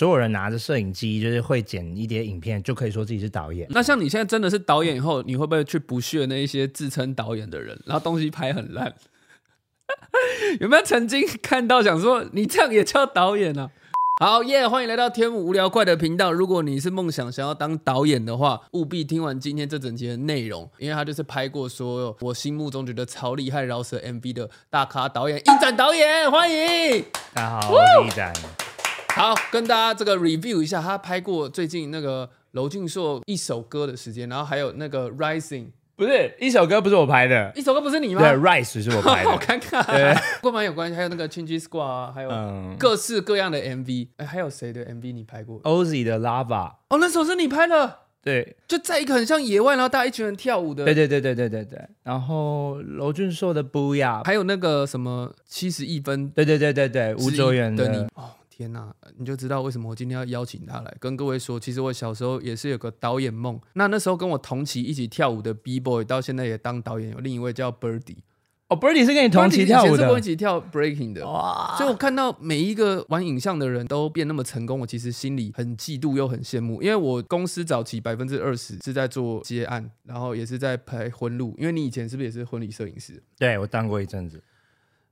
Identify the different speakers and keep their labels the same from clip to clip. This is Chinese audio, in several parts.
Speaker 1: 所有人拿着摄影机，就是会剪一叠影片，就可以说自己是导演。
Speaker 2: 那像你现在真的是导演以后，你会不会去不屑那一些自称导演的人，然后东西拍很烂？ 有没有曾经看到想说你这样也叫导演啊？好耶欢迎来到天舞无聊怪的频道。如果你是梦想想要当导演的话，务必听完今天这整集的内容，因为他就是拍过所有我心目中觉得超厉害饶舌 MV 的大咖导演，应展导演，欢迎。
Speaker 1: 大家好，我是一展。
Speaker 2: 好，跟大家这个 review 一下，他拍过最近那个娄俊硕一首歌的时间，然后还有那个 Rising，
Speaker 1: 不是一首歌，不是我拍 的，
Speaker 2: 一首歌不是
Speaker 1: 对
Speaker 2: 你吗？
Speaker 1: ，Rise 是我拍
Speaker 2: 好
Speaker 1: 的。
Speaker 2: 尴尬、
Speaker 1: 对
Speaker 2: 啊，跟蛮有关系，还有那个 Change Squad 啊，还有
Speaker 1: 嗯
Speaker 2: 各式各样的 MV，哎、还有谁的 MV 你拍过？
Speaker 1: ，Ozzy 的 Lava，
Speaker 2: 哦，那首是你拍的，
Speaker 1: 对，
Speaker 2: 就在一个很像野外，然后大家一群人跳舞的，
Speaker 1: 对对对对对对对。然后娄俊硕的 Booyah，
Speaker 2: 还有那个什么七十一分
Speaker 1: 对对对对对，
Speaker 2: 之一
Speaker 1: 吴卓源
Speaker 2: 的你
Speaker 1: 的，
Speaker 2: 哦，天哪、你就知道为什么我今天要邀请他来跟各位说，其实我小时候也是有个导演梦。那那时候跟我同期一起跳舞的 B boy，到现在也当导演，有另一位叫 Birdy，
Speaker 1: 哦，Birdy 是跟你同期跳舞
Speaker 2: 是跟我一
Speaker 1: 的，
Speaker 2: 起跳 breaking 的。
Speaker 1: 哇，
Speaker 2: 所以我看到每一个玩影像的人都变那么成功，我其实心里很嫉妒又很羡慕，因为我公司早期百分之二十是在做接案，然后也是在拍婚录，因为你以前是不是也是婚礼摄影师？啊
Speaker 1: 对我当过一阵子。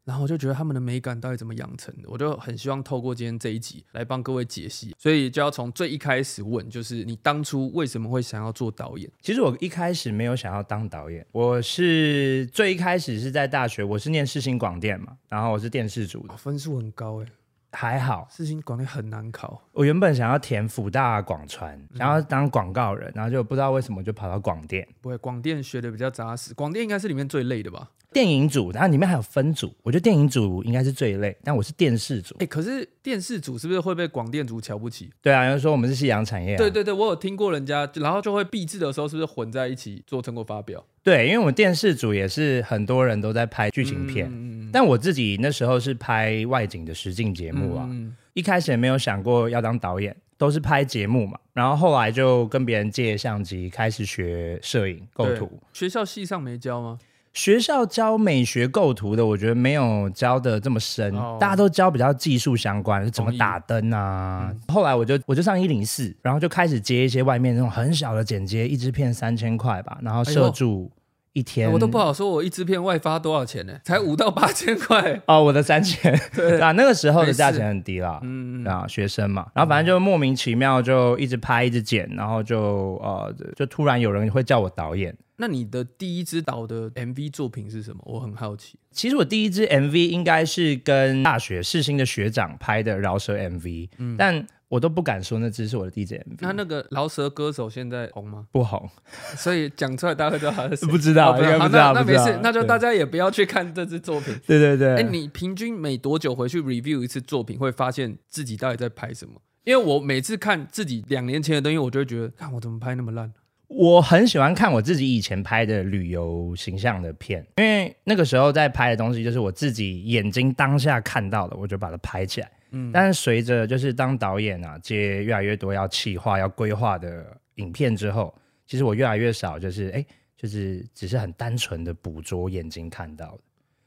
Speaker 2: 然后我就觉得他们的美感到底怎么养成的，我就很希望透过今天这一集来帮各位解析，所以就要从最一开始问，就是你当初为什么会想要做导演？
Speaker 1: 其实我一开始没有想要当导演，我是最一开始是在大学，我是念世新广电嘛，然后我是电视组的，
Speaker 2: 哦、分数很高哎，
Speaker 1: 还好。
Speaker 2: 事情管理很难考，
Speaker 1: 我原本想要填辅大广传，
Speaker 2: 嗯
Speaker 1: 想要当广告人，然后就不知道为什么就跑到广电
Speaker 2: 不会，广电学的比较扎实，广电应该是里面最累的吧？
Speaker 1: 电影组，然后里面还有分组，我觉得电影组应该是最累，但我是电视组
Speaker 2: 哎、。可是电视组是不是会被广电组瞧不起？
Speaker 1: 对啊，有人说我们是夕阳产业、啊，
Speaker 2: 对对对，我有听过人家，然后就会闭制的时候是不是混在一起做成果发表？
Speaker 1: 对因为我们电视组也是很多人都在拍剧情片，
Speaker 2: 嗯
Speaker 1: 但我自己那时候是拍外景的实境节目啊，
Speaker 2: 嗯
Speaker 1: 一开始也没有想过要当导演，都是拍节目嘛。然后后来就跟别人借相机，开始学摄影构
Speaker 2: 对
Speaker 1: 图。
Speaker 2: 学校系上没教吗？
Speaker 1: 学校教美学构图的，我觉得没有教的这么深，
Speaker 2: 哦
Speaker 1: 大家都教比较技术相关，怎么
Speaker 2: 同意
Speaker 1: 打灯啊。后来我就我就上一零四，然后就开始接一些外面那种很小的剪接，一支片三千块吧，然后
Speaker 2: 哎呦
Speaker 1: 摄助一天、
Speaker 2: 哎我都不好说，我一支片外发多少钱呢、才五到八千块。
Speaker 1: 哦，我的三 千，对 啊，那个时候的价
Speaker 2: 没
Speaker 1: 钱很低啦，
Speaker 2: 嗯
Speaker 1: 对啊，学生嘛，然后反正就莫名其妙就一直拍一直剪，然后就呃，就突然有人会叫我导演。
Speaker 2: 那你的第一支导的 MV 作品是什么？我很好奇。
Speaker 1: 其实我第一支 MV 应该是跟大学世新的学长拍的饶舌 MV，、但
Speaker 2: 嗯
Speaker 1: 我都不敢说那支是我的第一支 MV，
Speaker 2: 那那个饶舌歌手现在 红吗？
Speaker 1: 不红，
Speaker 2: 所以讲出来大家会知道他是 谁。
Speaker 1: 不知道
Speaker 2: 哦
Speaker 1: 应该
Speaker 2: 好
Speaker 1: 不知道
Speaker 2: 那那
Speaker 1: 不
Speaker 2: 没
Speaker 1: 知道
Speaker 2: 事，那就
Speaker 1: 对
Speaker 2: 大家也不要去看这支作品。
Speaker 1: 对对对，
Speaker 2: 哎、你平均每多久回去 review 一次作品，会发现自己到底在拍什么？因为我每次看自己两年前的东西，我就会觉得，看我怎么拍那么烂。
Speaker 1: 我很喜欢看我自己以前拍的旅游形象的片，因为那个时候在拍的东西就是我自己眼睛当下看到的，我就把它拍起来。嗯，但是随着就是当导演啊，接越来越多要企划、要规划的影片之后，其实我越来越少就是哎，就是只是很单纯的捕捉眼睛看到的，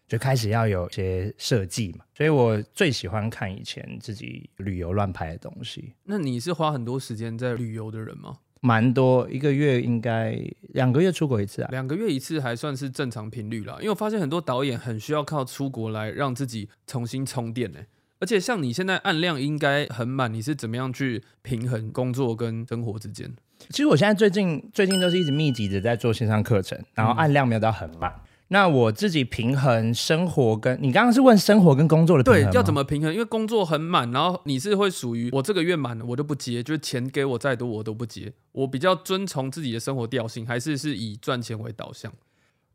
Speaker 1: 就开始要有一些设计嘛。所以我最喜欢看以前自己旅游乱拍的东西。
Speaker 2: 那你是花很多时间在旅游的人吗？
Speaker 1: 蛮多，一个月应该两个月出国一次啊。
Speaker 2: 两个月一次还算是正常频率啦，因为我发现很多导演很需要靠出国来让自己重新充电呢、而且像你现在按量应该很满，你是怎么样去平衡工作跟生活之间？
Speaker 1: 其实我现在最近最近都是一直密集的在做线上课程，然
Speaker 2: 嗯
Speaker 1: 后按量没有到很满。那我自己平衡生活跟你刚刚是问生活跟工作的平衡
Speaker 2: 对，要怎
Speaker 1: 么？
Speaker 2: 么平衡？因为工作很满，然后你是会属于我这个月满了我就不接，就是钱给我再多我都不接。我比较遵从自己的生活调性，还是是以赚钱为导向。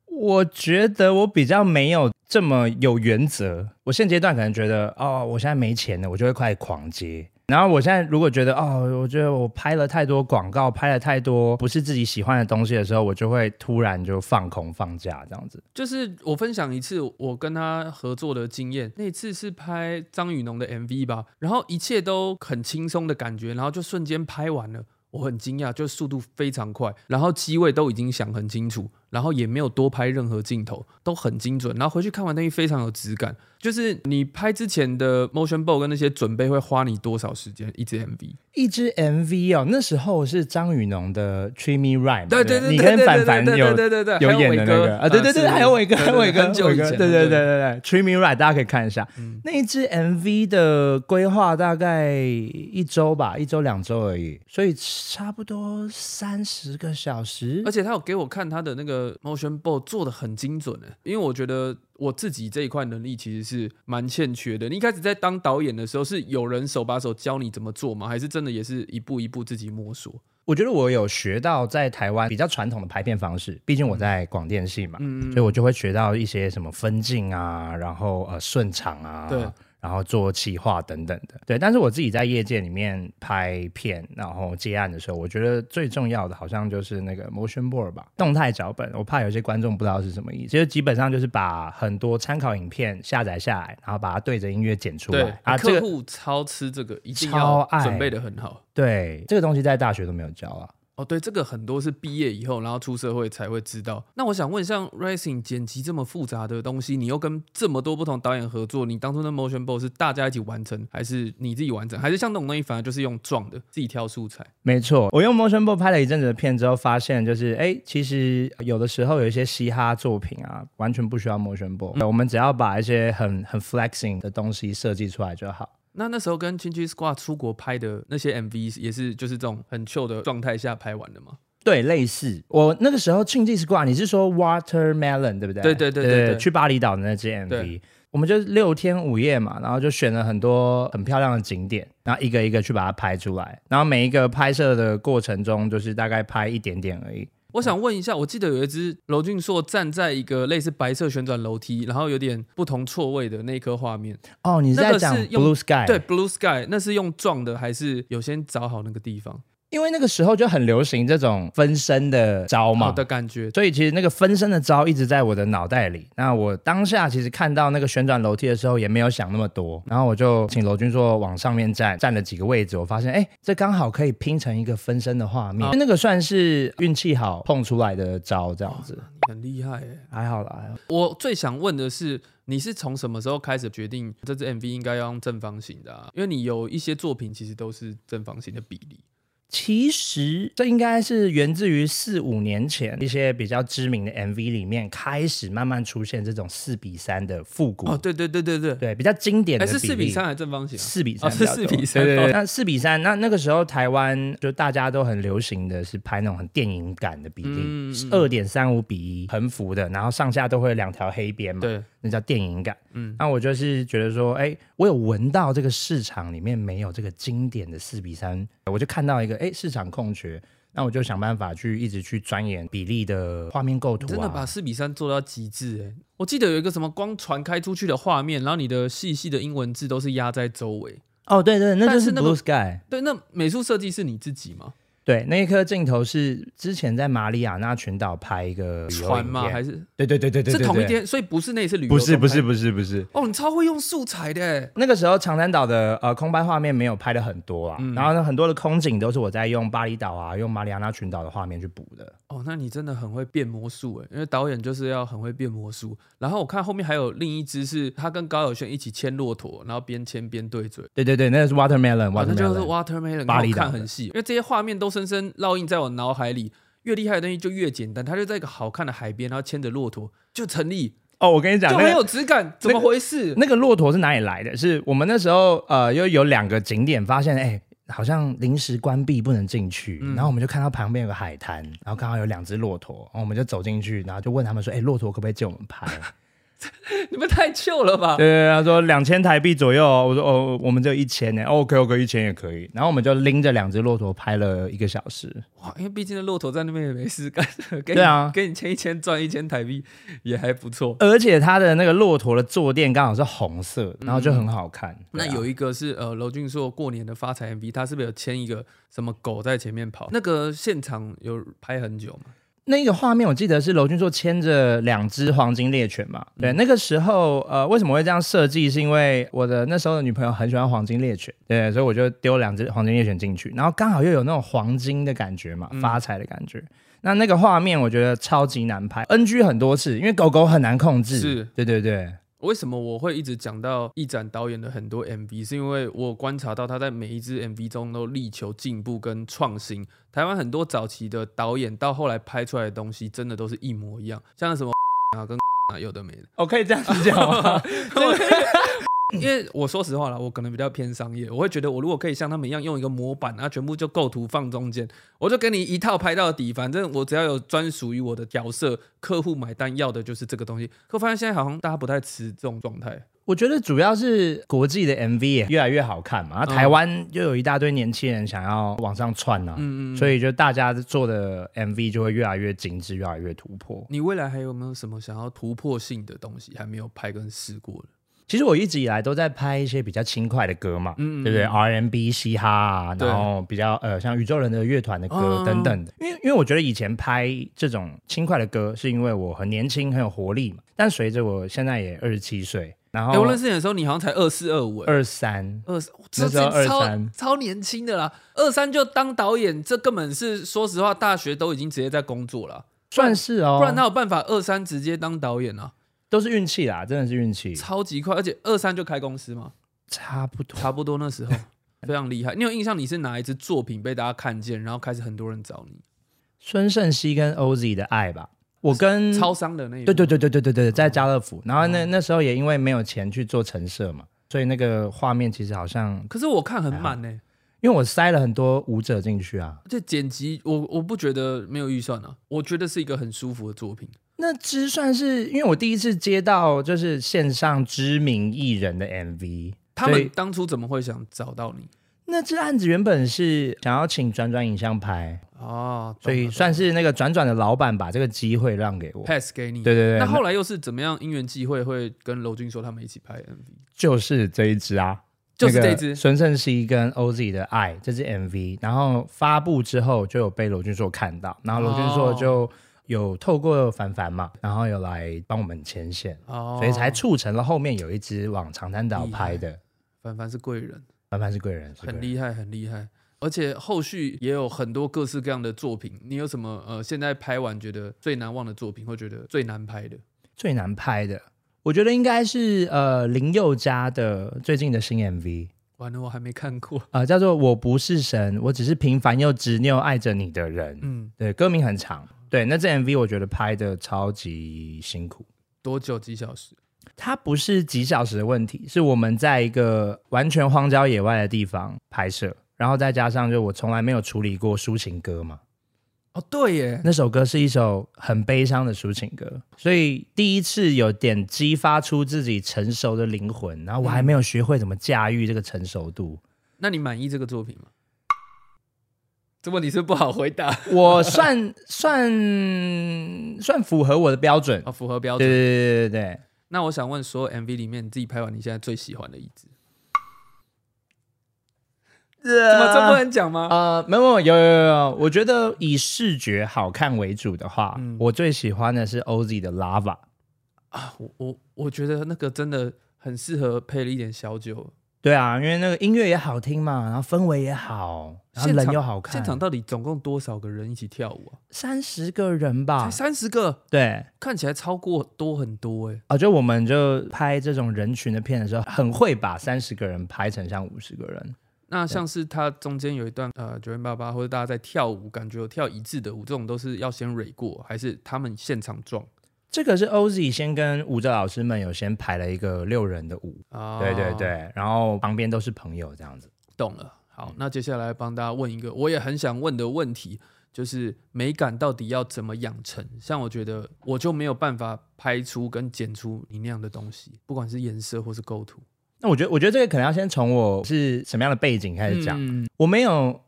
Speaker 1: 我觉得我比较没有这么有原则。我现阶段可能觉得哦，我现在没钱了，我就会快狂接。然后我现在如果觉得哦，我觉得我拍了太多广告，拍了太多不是自己喜欢的东西的时候，我就会突然就放空放假这样子。
Speaker 2: 就是我分享一次我跟他合作的经验，那次是拍张雨农的 MV 吧，然后一切都很轻松的感觉，然后就瞬间拍完了，我很惊讶，就速度非常快，然后机位都已经想很清楚，然后也没有多拍任何镜头，都很精准。然后回去看完东西非常有质感，就是你拍之前的 motion b o w 跟那些准备会花你多少时间一支 MV？
Speaker 1: 一支 MV 哦，那时候是张雨农的《Treat Me Right》嘛，
Speaker 2: 对
Speaker 1: 对
Speaker 2: 对
Speaker 1: 不
Speaker 2: 对，
Speaker 1: 你
Speaker 2: 对
Speaker 1: 跟
Speaker 2: 对
Speaker 1: 凡
Speaker 2: 对
Speaker 1: 凡
Speaker 2: 对
Speaker 1: 有
Speaker 2: 对对对，
Speaker 1: 有
Speaker 2: 还
Speaker 1: 演的
Speaker 2: 伟
Speaker 1: 那
Speaker 2: 哥
Speaker 1: 个啊，对对对，
Speaker 2: 是
Speaker 1: 还有伟哥，
Speaker 2: 对
Speaker 1: 还有
Speaker 2: 对
Speaker 1: 伟哥，
Speaker 2: 很久
Speaker 1: 伟
Speaker 2: 以
Speaker 1: 哥
Speaker 2: 前了，
Speaker 1: 对对对对对，Treat Me Right，大家可以看一下
Speaker 2: 嗯
Speaker 1: 那一支 MV 的规划，大概一周吧，一周两周而已，所以差不多三十个小时
Speaker 2: 而。且他有给我看他的那个 motion ball 做的很精准诶，因为我觉得我自己这一块能力其实是蛮欠缺的。你一开始在当导演的时候，是有人手把手教你怎么做吗？还是真的也是一步一步自己摸索？
Speaker 1: 我觉得我有学到在台湾比较传统的拍片方式，毕竟
Speaker 2: 嗯
Speaker 1: 我在广电系嘛，所以我就会学到一些什么分镜啊，然后呃顺场啊，
Speaker 2: 对，
Speaker 1: 然后做企划等等的，对。但是我自己在业界里面拍片，然后接案的时候，我觉得最重要的好像就是那个 motion board 吧，动态脚本。我怕有些观众不知道是什么意思，其实基本上就是把很多参考影片下载下来，然后把它对着音乐剪出
Speaker 2: 对
Speaker 1: 来啊，这个。
Speaker 2: 客户超吃这个，一定
Speaker 1: 超
Speaker 2: 要
Speaker 1: 爱
Speaker 2: 准备的很好。
Speaker 1: 对，这个东西在大学都没有教啊。
Speaker 2: 哦，对，这个很多是毕业以后，然后出社会才会知道。那我想问，像 Rising 剪辑这么复杂的东西，你又跟这么多不同导演合作，你当初的 Motion b o w 是大家一起完成，还是你自己完成，还是像那种东西反而就是用撞的，自己挑素材？
Speaker 1: 没错，我用 Motion b o 拍了一阵子的片之后，发现就是，哎，其实有的时候有一些嘻哈作品啊，完全不需要 Motion b o 我们只要把一些很很 flexing 的东西设计出来就好。
Speaker 2: 那那时候跟 Chinchi Squad 出国拍的那些 MV 也是就是这种很 chill 的状态下拍完的吗？
Speaker 1: 对，类似我那个时候庆记 squad，你是说 watermelon 对不对？
Speaker 2: 对对对对对
Speaker 1: 去巴厘岛的那支
Speaker 2: 对
Speaker 1: MV，我们就六天五夜嘛，然后就选了很多很漂亮的景点，然后一个一个去把它拍出来，然后每一个拍摄的过程中，就是大概拍一点点而已。
Speaker 2: 我想问一下，我记得有一只娄俊硕站在一个类似白色旋转楼梯，然后有点不同错位的那一颗画面。
Speaker 1: 哦，你是
Speaker 2: 那
Speaker 1: 在
Speaker 2: 个
Speaker 1: 讲
Speaker 2: 是用
Speaker 1: blue sky？
Speaker 2: 对，Blue Sky 那是用撞的，还是有先找好那个地方
Speaker 1: 因为那个时候就很流行这种分身的招
Speaker 2: 好
Speaker 1: 嘛，
Speaker 2: 的感觉？
Speaker 1: 所以其实那个分身的招一直在我的脑袋里。那我当下其实看到那个旋转楼梯的时候，也没有想那么多，然后我就请楼君说往上面站，站了几个位置，我发现哎，这刚好可以拼成一个分身的画面，因
Speaker 2: 哦
Speaker 1: 为那个算是运气好碰出来的招，这样子
Speaker 2: 你很厉害耶！
Speaker 1: 还好啦。还好
Speaker 2: 我最想问的是，你是从什么时候开始决定这支 MV 应该要用正方形的、啊？因为你有一些作品其实都是正方形的比例。
Speaker 1: 其实这应该是源自于四五年前一些比较知名的 MV 里面开始慢慢出现这种四比三的复古
Speaker 2: 哦，对对对对对，
Speaker 1: 对，比较经典的
Speaker 2: 还是四
Speaker 1: 比
Speaker 2: 比
Speaker 1: 例
Speaker 2: 三还是正方形、啊？
Speaker 1: 四比三
Speaker 2: 哦
Speaker 1: 比
Speaker 2: 是
Speaker 1: 较多、
Speaker 2: 4比三
Speaker 1: 对对
Speaker 2: 哦
Speaker 1: 对。那四比三，那那个时候台湾就大家都很流行的是拍那种很电影感的比
Speaker 2: 嗯嗯
Speaker 1: 例，
Speaker 2: 嗯
Speaker 1: 二点三五比一横幅的，然后上下都会有两条黑边嘛，
Speaker 2: 对，
Speaker 1: 那叫电影感。
Speaker 2: 嗯
Speaker 1: 那我就是觉得说，哎，我有闻到这个市场里面没有这个经典的四比三，我就看到一个，哎，市场空缺。那我就想办法去一直去钻研比例的画面构图啊，
Speaker 2: 真的把四比三做到极致哎、我记得有一个什么光传开出去的画面，然后你的细细的英文字都是压在周围。
Speaker 1: 哦，对对，那
Speaker 2: 但
Speaker 1: 就是是
Speaker 2: 那个
Speaker 1: Blue Sky。
Speaker 2: 对，那美术设计是你自己吗？
Speaker 1: 对，那一颗镜头是之前在马里亚纳群岛拍一个旅游
Speaker 2: 船
Speaker 1: 影
Speaker 2: 吗？
Speaker 1: 片
Speaker 2: 还是
Speaker 1: 对对对对对，
Speaker 2: 是
Speaker 1: 对
Speaker 2: 同一？
Speaker 1: 对
Speaker 2: 天？所以不是那一次旅游？
Speaker 1: 不是不是。不是不是。
Speaker 2: 哦，你超会用素材的欸，
Speaker 1: 那个时候长滩岛的呃空拍画面没有拍的很多啊，
Speaker 2: 嗯
Speaker 1: 然后呢很多的空景都是我在用巴厘岛啊、用马里亚纳群岛的画面去补的。
Speaker 2: 哦，那你真的很会变魔术哎，因为导演就是要很会变魔术。然后我看后面还有另一只是他跟高晓轩一起牵骆驼，然后边牵边对嘴，
Speaker 1: 对对对，那个是 watermelon
Speaker 2: 反哦正就是
Speaker 1: watermelon。
Speaker 2: watermelon，
Speaker 1: 巴
Speaker 2: 然后
Speaker 1: 厘岛
Speaker 2: 看
Speaker 1: 的
Speaker 2: 很细，因为这些画面都深深烙印在我脑海里。越厉害的东西就越简单，他就在一个好看的海边，然后牵着骆驼就成立，
Speaker 1: 哦，我跟你讲，
Speaker 2: 就
Speaker 1: 那
Speaker 2: 很
Speaker 1: 个
Speaker 2: 有质感，怎么回事？
Speaker 1: 那个骆驼是哪里来的？是我们那时候呃，又有两个景点发现，哎、好像临时关闭不能进去，然后我们就看到旁边有个海滩，然后刚好有两只骆驼，然后我们就走进去，然后就问他们说，哎、骆驼可不可以借我们拍？
Speaker 2: 你们太旧了吧？
Speaker 1: 对对对，他说两千台币左右哦，我说哦，我们只有一千呢，OK OK，一千也可以。然后我们就拎着两只骆驼拍了一个小时，
Speaker 2: 哇，因为毕竟那骆驼在那边也没事干， 给你
Speaker 1: 对啊
Speaker 2: 给你签一签赚一千台币也还不错。
Speaker 1: 而且它的那个骆驼的坐垫刚好是红色的，然后就很好看。
Speaker 2: 那
Speaker 1: 对啊
Speaker 2: 有一个是呃，娄俊硕过年的发财 MV，他是不是有签一个什么狗在前面跑？那个现场有拍很久嘛？
Speaker 1: 那个画面我记得是娄俊硕牵着两只黄金猎犬嘛，对，那个时候呃为什么会这样设计？是因为我的那时候的女朋友很喜欢黄金猎犬，对，所以我就丢两只黄金猎犬进去，然后刚好又有那种黄金的感觉嘛，发财的感觉。那那个画面我觉得超级难拍，NG 很多次，因为狗狗很难控制。
Speaker 2: 是，
Speaker 1: 对对对，
Speaker 2: 为什么我会一直讲到一展导演的很多 MV？是因为我有观察到他在每一支 MV 中都力求进步跟创新。台湾很多早期的导演到后来拍出来的东西，真的都是一模一样，像什么啊跟啊有的没的。
Speaker 1: 哦我可以这样子讲 吗？哦
Speaker 2: 因为我说实话啦，我可能比较偏商业，我会觉得我如果可以像他们一样用一个模板，然后全部就构图放中间，我就给你一套拍到底，反正我只要有专属于我的角色，客户买单要的就是这个东西。可我发现现在好像大家不太吃这种状态，
Speaker 1: 我觉得主要是国际的 MV 也越来越好看嘛，那啊
Speaker 2: 嗯
Speaker 1: 台湾又有一大堆年轻人想要往上窜啊，
Speaker 2: 嗯
Speaker 1: 所以就大家做的 MV 就会越来越精致，越来越突破。
Speaker 2: 你未来还有没有什么想要突破性的东西还没有拍跟试过的？
Speaker 1: 其实我一直以来都在拍一些比较轻快的歌嘛，对不对？R&B、嘻哈啊，
Speaker 2: 嗯对
Speaker 1: 然后比较呃像宇宙人的乐团的歌
Speaker 2: 哦
Speaker 1: 等等的。因为因为我觉得以前拍这种轻快的歌，是因为我很年轻，很有活力嘛。但随着我现在也二十七岁，然
Speaker 2: 哎、我认
Speaker 1: 后
Speaker 2: 识你的时候，你好像才二四二五，
Speaker 1: 哦
Speaker 2: 哎
Speaker 1: 二三，
Speaker 2: 二十，
Speaker 1: 那
Speaker 2: 这
Speaker 1: 时候
Speaker 2: 这超
Speaker 1: 23
Speaker 2: 超年轻的啦，二三就当导演，这根本是说实话，大学都已经直接在工作了，
Speaker 1: 算是哦，
Speaker 2: 不然哪有办法二三直接当导演啊？
Speaker 1: 都是运气啦，真的是运气，
Speaker 2: 超级快，而且二三就开公 司嘛，
Speaker 1: 差不多。
Speaker 2: 差不多那时 候非常厉害。你有印象你是哪一支作品被大家看见，然后开始很多人找你？
Speaker 1: 孙胜熙跟 OZ 的爱吧，我跟
Speaker 2: 超嗯商的那一
Speaker 1: 嗯对对
Speaker 2: 部
Speaker 1: 对对对对对，在家乐福，然后那那时候也因为没有钱去做陈设嘛，所以那个画面其实好像，
Speaker 2: 可是我看很满
Speaker 1: 啊
Speaker 2: 呢、
Speaker 1: 因为我塞了很多舞者进去啊，
Speaker 2: 而且剪辑我我不觉得没有预算啊，我觉得是一个很舒服的作品。
Speaker 1: 那只算是因为我第一次接到就是线上知名艺人的 MV，
Speaker 2: 他
Speaker 1: 所
Speaker 2: 们
Speaker 1: 以
Speaker 2: 当初怎么会想找到你
Speaker 1: 那这案子原本是想要请转转影像拍，
Speaker 2: 啊？
Speaker 1: 所以
Speaker 2: 懂了
Speaker 1: 算是那个转转的老板把这个机会让给我。
Speaker 2: pass 给你。
Speaker 1: 对对对，
Speaker 2: 哦那后来又是怎么样因缘际会会跟娄俊说他们一起拍 MV？
Speaker 1: 就是这一支啊，
Speaker 2: 就是这一
Speaker 1: 那个
Speaker 2: 支
Speaker 1: 孙盛熙跟 OZ 的《爱》这支 MV，然后发布之后就有被罗俊硕看到，然后罗俊硕就有透过凡凡嘛，然后有来帮我们牵线，
Speaker 2: 哦，
Speaker 1: 所以才促成了后面有一支往长滩岛拍的。
Speaker 2: 凡凡是贵人，
Speaker 1: 凡凡是贵人，是贵
Speaker 2: 很
Speaker 1: 人。
Speaker 2: 厉害，很厉害。而且后续也有很多各式各样的作品，你有什么呃，现在拍完觉得最难忘的作品，或觉得最难拍的？
Speaker 1: 最难拍的，我觉得应该是呃林宥嘉的最近的新 MV。
Speaker 2: 完了，我还没看过。
Speaker 1: 呃，叫做我不是神，我只是平凡又执拗爱着你的人。
Speaker 2: 嗯，
Speaker 1: 对，歌名很长。对，那这 MV 我觉得拍的超级辛苦。
Speaker 2: 多久？几小时？
Speaker 1: 它不是几小时的问题，是我们在一个完全荒郊野外的地方拍摄，然后再加上就我从来没有处理过抒情歌嘛，
Speaker 2: 哦，对耶，
Speaker 1: 那首歌是一首很悲伤的抒情歌，所以第一次有点激发出自己成熟的灵魂，然后我还没有学会怎么驾驭这个成熟度。
Speaker 2: 那你满意这个作品吗？这问题是不好回答 啊、
Speaker 1: 我算 算算符合我的标准，
Speaker 2: 哦，符合标
Speaker 1: 对
Speaker 2: 准。
Speaker 1: 对对对对，
Speaker 2: 那我想问，所有 MV 里面，你自己拍完你现在最喜欢的一支，
Speaker 1: 怎
Speaker 2: 怎么这不能讲吗？
Speaker 1: 呃，没有没有有有有，我觉得以视觉好看为主的话，
Speaker 2: 嗯
Speaker 1: 我最喜欢的是 OZ 的 Lava。
Speaker 2: 啊，我我我觉得那个真的很适合配了一点小酒，
Speaker 1: 对啊，因为那个音乐也好听嘛，然后氛围也好，然后
Speaker 2: 现
Speaker 1: 人
Speaker 2: 场
Speaker 1: 又好看。
Speaker 2: 现场到底总共多少个人一起跳舞啊？
Speaker 1: 三十个人吧
Speaker 2: 才，三十个，
Speaker 1: 对。
Speaker 2: 看起来超过多很多哎、
Speaker 1: 啊，就我们就拍这种人群的片的时候，很会把三十个人拍成像五十个人。
Speaker 2: 那像是它中间有一段呃九零八八或者大家在跳舞，感觉有跳一致的舞，这种都是要先蕊过，还是他们现场撞
Speaker 1: 这个是 OZ 先跟舞者老师们有先排了一个六人的舞，
Speaker 2: 啊？
Speaker 1: 对对，对，然后旁边都是朋友这样子。
Speaker 2: 懂了。好，那接下来帮大家问一个我也很想问的问题，就是美感到底要怎么养成？像我觉得我就没有办法拍出跟剪出你那样的东西，不管是颜色或是构图。
Speaker 1: 那我觉得，我觉得这个可能要先从我是什么样的背景开始讲。
Speaker 2: 嗯
Speaker 1: 我没有，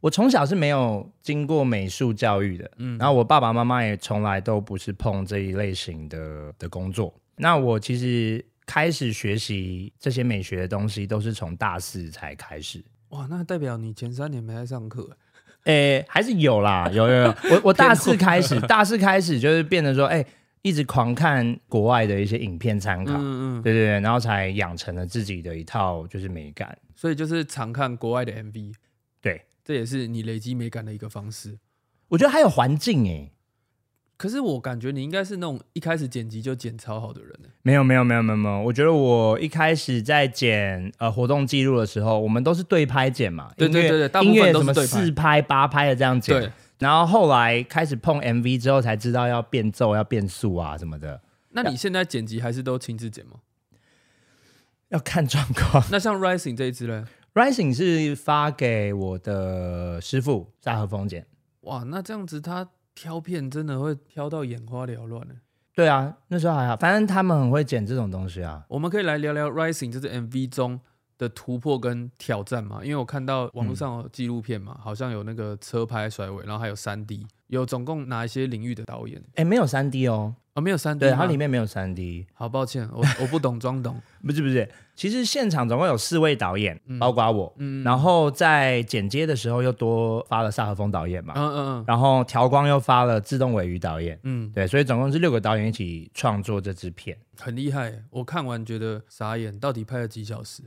Speaker 1: 我从小是没有经过美术教育的，嗯，然后我爸爸妈妈也从来都不是碰这一类型的的工作。那我其实开始学习这些美学的东西，都是从大四才开始。
Speaker 2: 哇，那代表你前三年没在上课欸，
Speaker 1: 诶、还是有啦，有有有。我我大四开始，大四开始就是变得说，哎、一直狂看国外的一些影片参考，
Speaker 2: 嗯嗯，
Speaker 1: 对对对，然后才养成了自己的一套就是美感。
Speaker 2: 所以就是常看国外的 MV，
Speaker 1: 对，
Speaker 2: 这也是你累积美感的一个方式。
Speaker 1: 我觉得还有环境欸诶、
Speaker 2: 可是我感觉你应该是那种一开始剪辑就剪超好的人、欸，
Speaker 1: 没有没有没有没有没有，我觉得我一开始在剪呃活动记录的时候，我们都是对拍剪嘛，
Speaker 2: 对对
Speaker 1: 音乐
Speaker 2: 对对大部
Speaker 1: 音
Speaker 2: 分
Speaker 1: 乐
Speaker 2: 都
Speaker 1: 什
Speaker 2: 是
Speaker 1: 么
Speaker 2: 对拍
Speaker 1: 四拍八拍的这样剪，
Speaker 2: 对。
Speaker 1: 然后后来开始碰 MV 之后，才知道要变奏、要变速啊什么的，
Speaker 2: 那你现在剪辑还是都亲自剪吗？
Speaker 1: 要看状况。
Speaker 2: 那像 Rising 这一支嘞，
Speaker 1: Rising 是发给我的师傅沙和峰剪，
Speaker 2: 哇，那这样子他挑片真的会挑到眼花缭乱欸呢。
Speaker 1: 对啊，那时候还好，反正他们很会剪这种东西啊。
Speaker 2: 我们可以来聊聊 Rising 这支 MV 中的突破跟挑战嘛？因为我看到网
Speaker 1: 嗯
Speaker 2: 络上有纪录片嘛，好像有那个车拍甩尾，然后还有三 D，有总共哪一些领域的导演？
Speaker 1: 哎，没有三 D 哦，
Speaker 2: 哦，没有三 D，
Speaker 1: 对，它里面没有三 D，
Speaker 2: 好抱歉，我我不懂装 懂。
Speaker 1: 不是不是，其实现场总共有四位导演，包括我，
Speaker 2: 嗯
Speaker 1: 然后在剪接的时候又多发了萨和峰导演嘛，
Speaker 2: 嗯嗯
Speaker 1: 然后调光又发了自动尾鱼导演，
Speaker 2: 嗯嗯，
Speaker 1: 对，所以总共是六个导演一起创作这支片，
Speaker 2: 很厉害，我看完觉得傻眼，到底拍了几小时？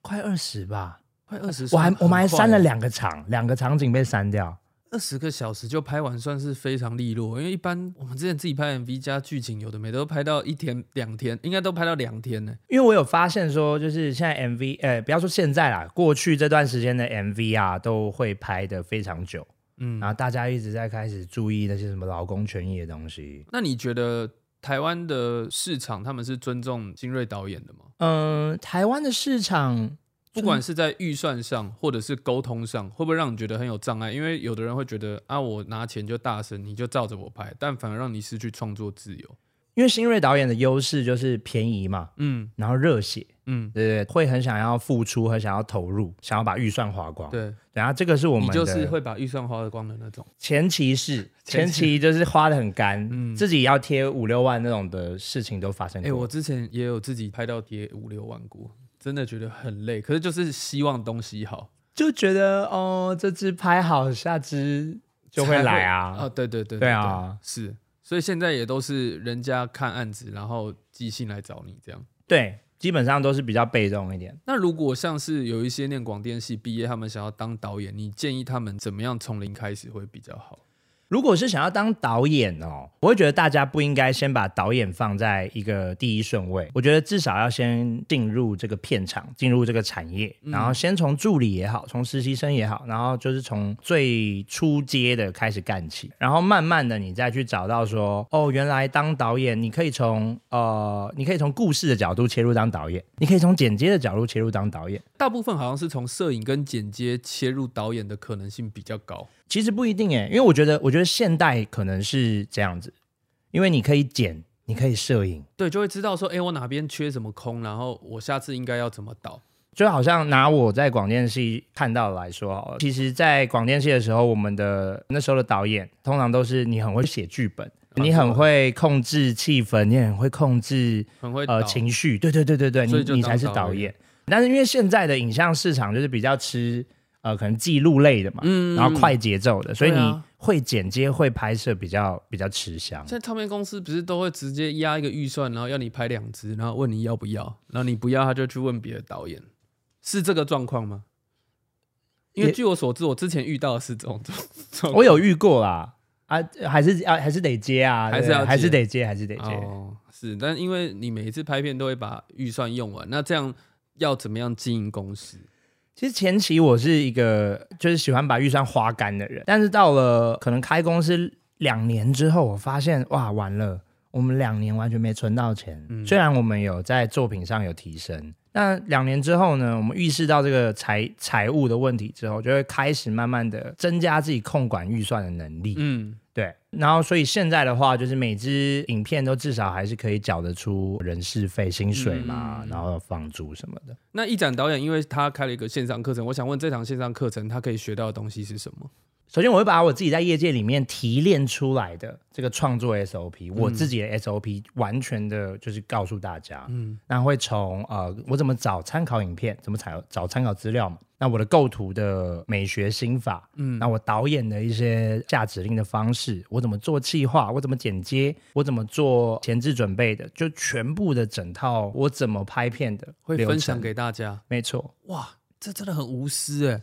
Speaker 1: 快二十吧，
Speaker 2: 快二十，
Speaker 1: 我还我们还删了
Speaker 2: 两
Speaker 1: 两个场，两个场景被删掉，
Speaker 2: 二十个小时就拍完，算是非常利落。因为一般我们之前自己拍 MV 加剧情，有的没的都拍到一天两天，应该都拍到两天呢。
Speaker 1: 因为我有发现说，就是现在 MV，呃，不要说现在啦，过去这段时间的 MV 啊，都会拍的非常久，
Speaker 2: 嗯
Speaker 1: 然后大家一直在开始注意那些什么劳工权益的东西，
Speaker 2: 那你觉得台湾的市场他们是尊重新锐导演的吗？
Speaker 1: 嗯，台湾的市场
Speaker 2: 不管是在预算上，或者是沟通上，会不会让你觉得很有障碍？因为有的人会觉得啊，我拿钱就大声，你就照着我拍，但反而让你失去创作自由。
Speaker 1: 因为新锐导演的优势就是便宜嘛，
Speaker 2: 嗯
Speaker 1: 然后热血，
Speaker 2: 嗯，
Speaker 1: 对对，对会很想要付出，很想要投入，想要把预算花光。，
Speaker 2: 对，
Speaker 1: 然后这个是我们
Speaker 2: 你
Speaker 1: 的
Speaker 2: 就是会把预算花光的那种。
Speaker 1: 前期 是前
Speaker 2: 前期
Speaker 1: 期就是花的很干，
Speaker 2: 嗯
Speaker 1: 自己要贴五六万那种的事情都发生
Speaker 2: 哎、
Speaker 1: 过。
Speaker 2: 我之前也有自己拍到跌五六万过，真的觉得很累。可是就是希望东西好
Speaker 1: 就觉得哦，这支拍好，下支就会来
Speaker 2: 才会
Speaker 1: 啊。
Speaker 2: 啊，对对对
Speaker 1: 对啊，
Speaker 2: 是。所以现在也都是人家看案子，然后寄信来找你这样。
Speaker 1: 对，基本上都是比较被动一点。
Speaker 2: 那如果像是有一些念广电系毕业，他们想要当导演，你建议他们怎么样从零开始会比较好？
Speaker 1: 如果是想要当导演哦，我会觉得大家不应该先把导演放在一个第一顺位。我觉得至少要先进入这个片场，进入这个产业，然后先从助理也好，从实习生也好，然后就是从最初阶的开始干起，然后慢慢的你再去找到说，哦，原来当导演你可以从呃，你可以从故事的角度切入当导演，你可以从剪接的角度切入当导演。
Speaker 2: 大部分好像是从摄影跟剪接切入导演的可能性比较高。
Speaker 1: 其实不一定诶，因为我觉得，我觉得现代可能是这样子，因为你可以剪，你可以摄影，
Speaker 2: 对，就会知道说，哎，我哪边缺什么空，然后我下次应该要怎么导。
Speaker 1: 就好像拿我在广电系看到的来说好了，其实，在广电系的时候，我们的那时候的导演通常都是你很会写剧本，
Speaker 2: 啊
Speaker 1: 你很会控制气氛，你很会控制
Speaker 2: 很会导
Speaker 1: 呃情绪，对对对对对，
Speaker 2: 所以
Speaker 1: 你
Speaker 2: 就
Speaker 1: 你
Speaker 2: 当
Speaker 1: 才是
Speaker 2: 导
Speaker 1: 导
Speaker 2: 演
Speaker 1: 演。但是因为现在的影像市场就是比较吃呃可能记录类的嘛，
Speaker 2: 嗯
Speaker 1: 然后快节奏的，所以
Speaker 2: 对啊
Speaker 1: 你会剪接会拍摄比较比较吃香。
Speaker 2: 现在唱片公司不是都会直接压一个预算，然后要你拍两支，然后问你要不要，然后你不要，他就去问别的导演，是这个状况吗？因为
Speaker 1: 也
Speaker 2: 据我所知，我之前遇到的是这种状状况。
Speaker 1: 我有遇过啦，啊，还是啊还是得接啊，
Speaker 2: 还
Speaker 1: 对不
Speaker 2: 是
Speaker 1: 对
Speaker 2: 要接
Speaker 1: 还是得接，还是得接。
Speaker 2: 哦，是，但因为你每一次拍片都会把预算用完，那这样要怎么样经营公司？
Speaker 1: 其实前期我是一个就是喜欢把预算花干的人，但是到了可能开公司两年之后，我发现哇，完了，我们两年完全没存到钱。
Speaker 2: 嗯
Speaker 1: 虽然我们有在作品上有提升，那两年之后呢，我们意识到这个财财务的问题之后，就会开始慢慢的增加自己控管预算的能力。
Speaker 2: 嗯，
Speaker 1: 对，然后所以现在的话，就是每支影片都至少还是可以缴得出人事费、薪水嘛，然后房租什么的。
Speaker 2: 那一展导演因为他开了一个线上课程，我想问这堂线上课程他可以学到的东西是什么？
Speaker 1: 首先我会把我自己在业界里面提炼出来的这个创作 SOP，、我自己的 SOP 完全的就是告诉大家，嗯，那会从呃我怎么找参考影片，怎么找找参考资料嘛，那我的构图的美学心法，嗯，那我导演的一些下指令的方式，我怎么做企划，我怎么剪接，我怎么做前置准备的，就全部的整套我怎么拍片的
Speaker 2: 会
Speaker 1: 流
Speaker 2: 分
Speaker 1: 程
Speaker 2: 享，给大家。
Speaker 1: 没错，
Speaker 2: 哇，这真的很无私哎、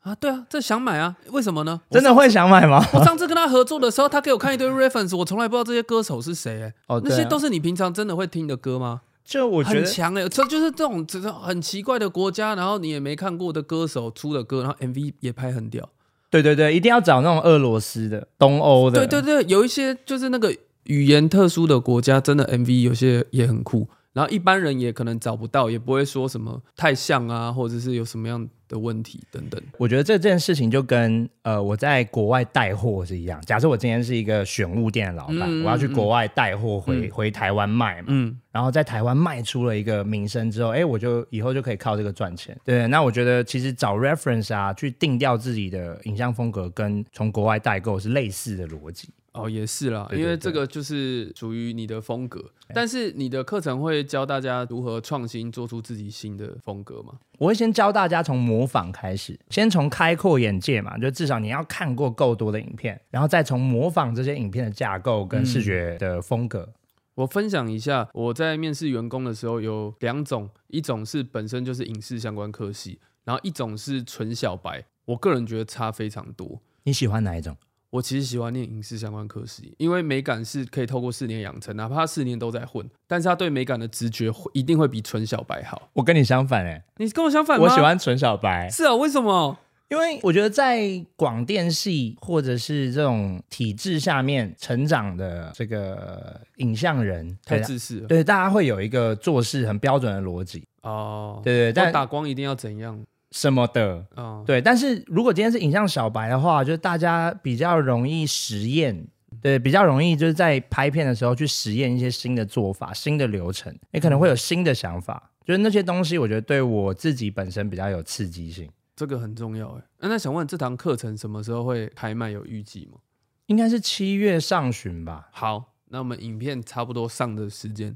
Speaker 2: 啊，对啊，这想买啊，为什么呢？
Speaker 1: 真的会想买吗？
Speaker 2: 我上次跟他合作的时候，他给我看一堆 reference，我从来不知道这些歌手是谁哎、
Speaker 1: 哦
Speaker 2: 那
Speaker 1: 对
Speaker 2: 些
Speaker 1: 啊
Speaker 2: 都是你平常真的会听的歌吗？
Speaker 1: 就我觉
Speaker 2: 很
Speaker 1: 得
Speaker 2: 强哎、这就是这种这种很奇怪的国家，然后你也没看过的歌手出的歌，然后 MV 也拍很屌。
Speaker 1: 对对对，一定要找那种俄罗斯的、东欧的。
Speaker 2: 对对对，有一些就是那个语言特殊的国家，真的 MV 有些也很酷。然后一般人也可能找不到，也不会说什么太像啊，或者是有什么样的问题等等。
Speaker 1: 我觉得这件事情就跟呃我在国外带货是一样。假设我今天是一个选物店的老板，
Speaker 2: 嗯嗯
Speaker 1: 我要去国外带货回、回台湾卖嘛，
Speaker 2: 嗯，
Speaker 1: 然后在台湾卖出了一个名声之后，哎，我就以后就可以靠这个赚钱。对，那我觉得其实找 reference 啊，去定调自己的影像风格，跟从国外代购是类似的逻辑。
Speaker 2: 哦，也是啦，
Speaker 1: 对
Speaker 2: 因为
Speaker 1: 对哎
Speaker 2: 这个就是属于你的风格，但是你的课程会教大家如何创新，做出自己新的风格嘛？
Speaker 1: 我会先教大家从模仿开始，先从开阔眼界嘛，就至少你要看过够多的影片，然后再从模仿这些影片的架构跟视觉的风格。
Speaker 2: 我分享一下，我在面试员工的时候有两种，一种是本身就是影视相关科系，然后一种是纯小白。我个人觉得差非常多。
Speaker 1: 你喜欢哪一种？
Speaker 2: 我其实喜欢念影视相关科系，因为美感是可以透过四年养成，哪怕他四年都在混，但是他对美感的直觉会一定会比纯小白好。
Speaker 1: 我跟你相反哎、
Speaker 2: 你跟我相反吗？
Speaker 1: 我喜。欢纯小白，
Speaker 2: 是啊，为什么？
Speaker 1: 因为我觉得在广电系或者是这种体制下面成长的这个影像人，
Speaker 2: 太
Speaker 1: 对啊
Speaker 2: 自私了。
Speaker 1: 对大家会有一个做事很标准的逻辑，
Speaker 2: 哦，
Speaker 1: 对对，
Speaker 2: 但
Speaker 1: 但
Speaker 2: 打光一定要怎样
Speaker 1: 什么的，
Speaker 2: 啊？
Speaker 1: 对，但是如果今天是影像小白的话，就是大家比较容易实验，对，比较容易就是在拍片的时候去实验一些新的做法、新的流程，你可能会有新的想法，就是那些东西，我觉得对我自己本身比较有刺激性。
Speaker 2: 这个很重要哎。那那想问这堂课程什么时候会开卖？有预计吗？
Speaker 1: 应该是七月上旬吧，
Speaker 2: 好，那我们影片差不多上的时间，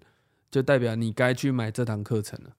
Speaker 2: 就代表你该去买这堂课程了。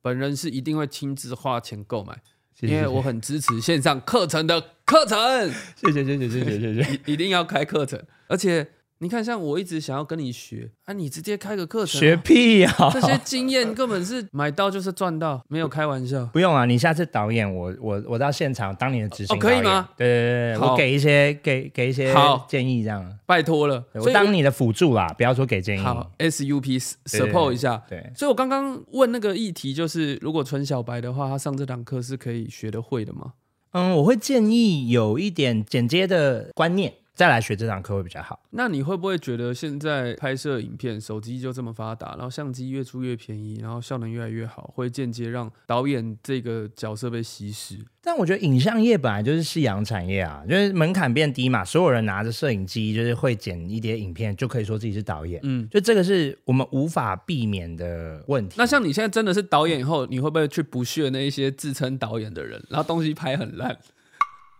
Speaker 2: 本人是一定会亲自花钱购买，
Speaker 1: 谢谢
Speaker 2: 因为我很支持线上课程的课程，
Speaker 1: 谢谢谢谢谢谢谢谢。
Speaker 2: 一定要开课程。而且你看，像我一直想要跟你学，啊，你直接开个课程，啊
Speaker 1: 学哦屁啊呀、
Speaker 2: 这些经验根本是买到就是赚到，没有开玩笑。
Speaker 1: 不用啊，你下次导演我我我到现场当你的执行
Speaker 2: 哦
Speaker 1: 导
Speaker 2: 可以
Speaker 1: 演，
Speaker 2: 吗
Speaker 1: 对对对对，
Speaker 2: 好
Speaker 1: 我给一些给给一些
Speaker 2: 好
Speaker 1: 建议这样，
Speaker 2: 拜托了，
Speaker 1: 对
Speaker 2: 所
Speaker 1: 我
Speaker 2: 以
Speaker 1: 当你的辅助啦，不要说给建议。
Speaker 2: 好 SUP
Speaker 1: 对对
Speaker 2: support 一下。
Speaker 1: 对，
Speaker 2: 所以我刚刚问那个议题，就是如果纯小白的话，他上这堂课是可以学得会的吗？
Speaker 1: 嗯，我会建议有一点剪接的观念，再来学这堂课会比较好。
Speaker 2: 那你会不会觉得现在拍摄影片，手机就这么发达，然后相机越出越便宜，然后效能越来越好，会间接让导演这个角色被稀释？
Speaker 1: 但我觉得影像业本来就是夕阳产业啊，就是门槛变低嘛，所有人拿着摄影机，就是会剪一叠影片，就可以说自己是导演。
Speaker 2: 嗯，
Speaker 1: 就这个是我们无法避免的问题。
Speaker 2: 那像你现在真的是导演以后，你会不会去不屑那一些自称导演的人，然后东西拍很烂？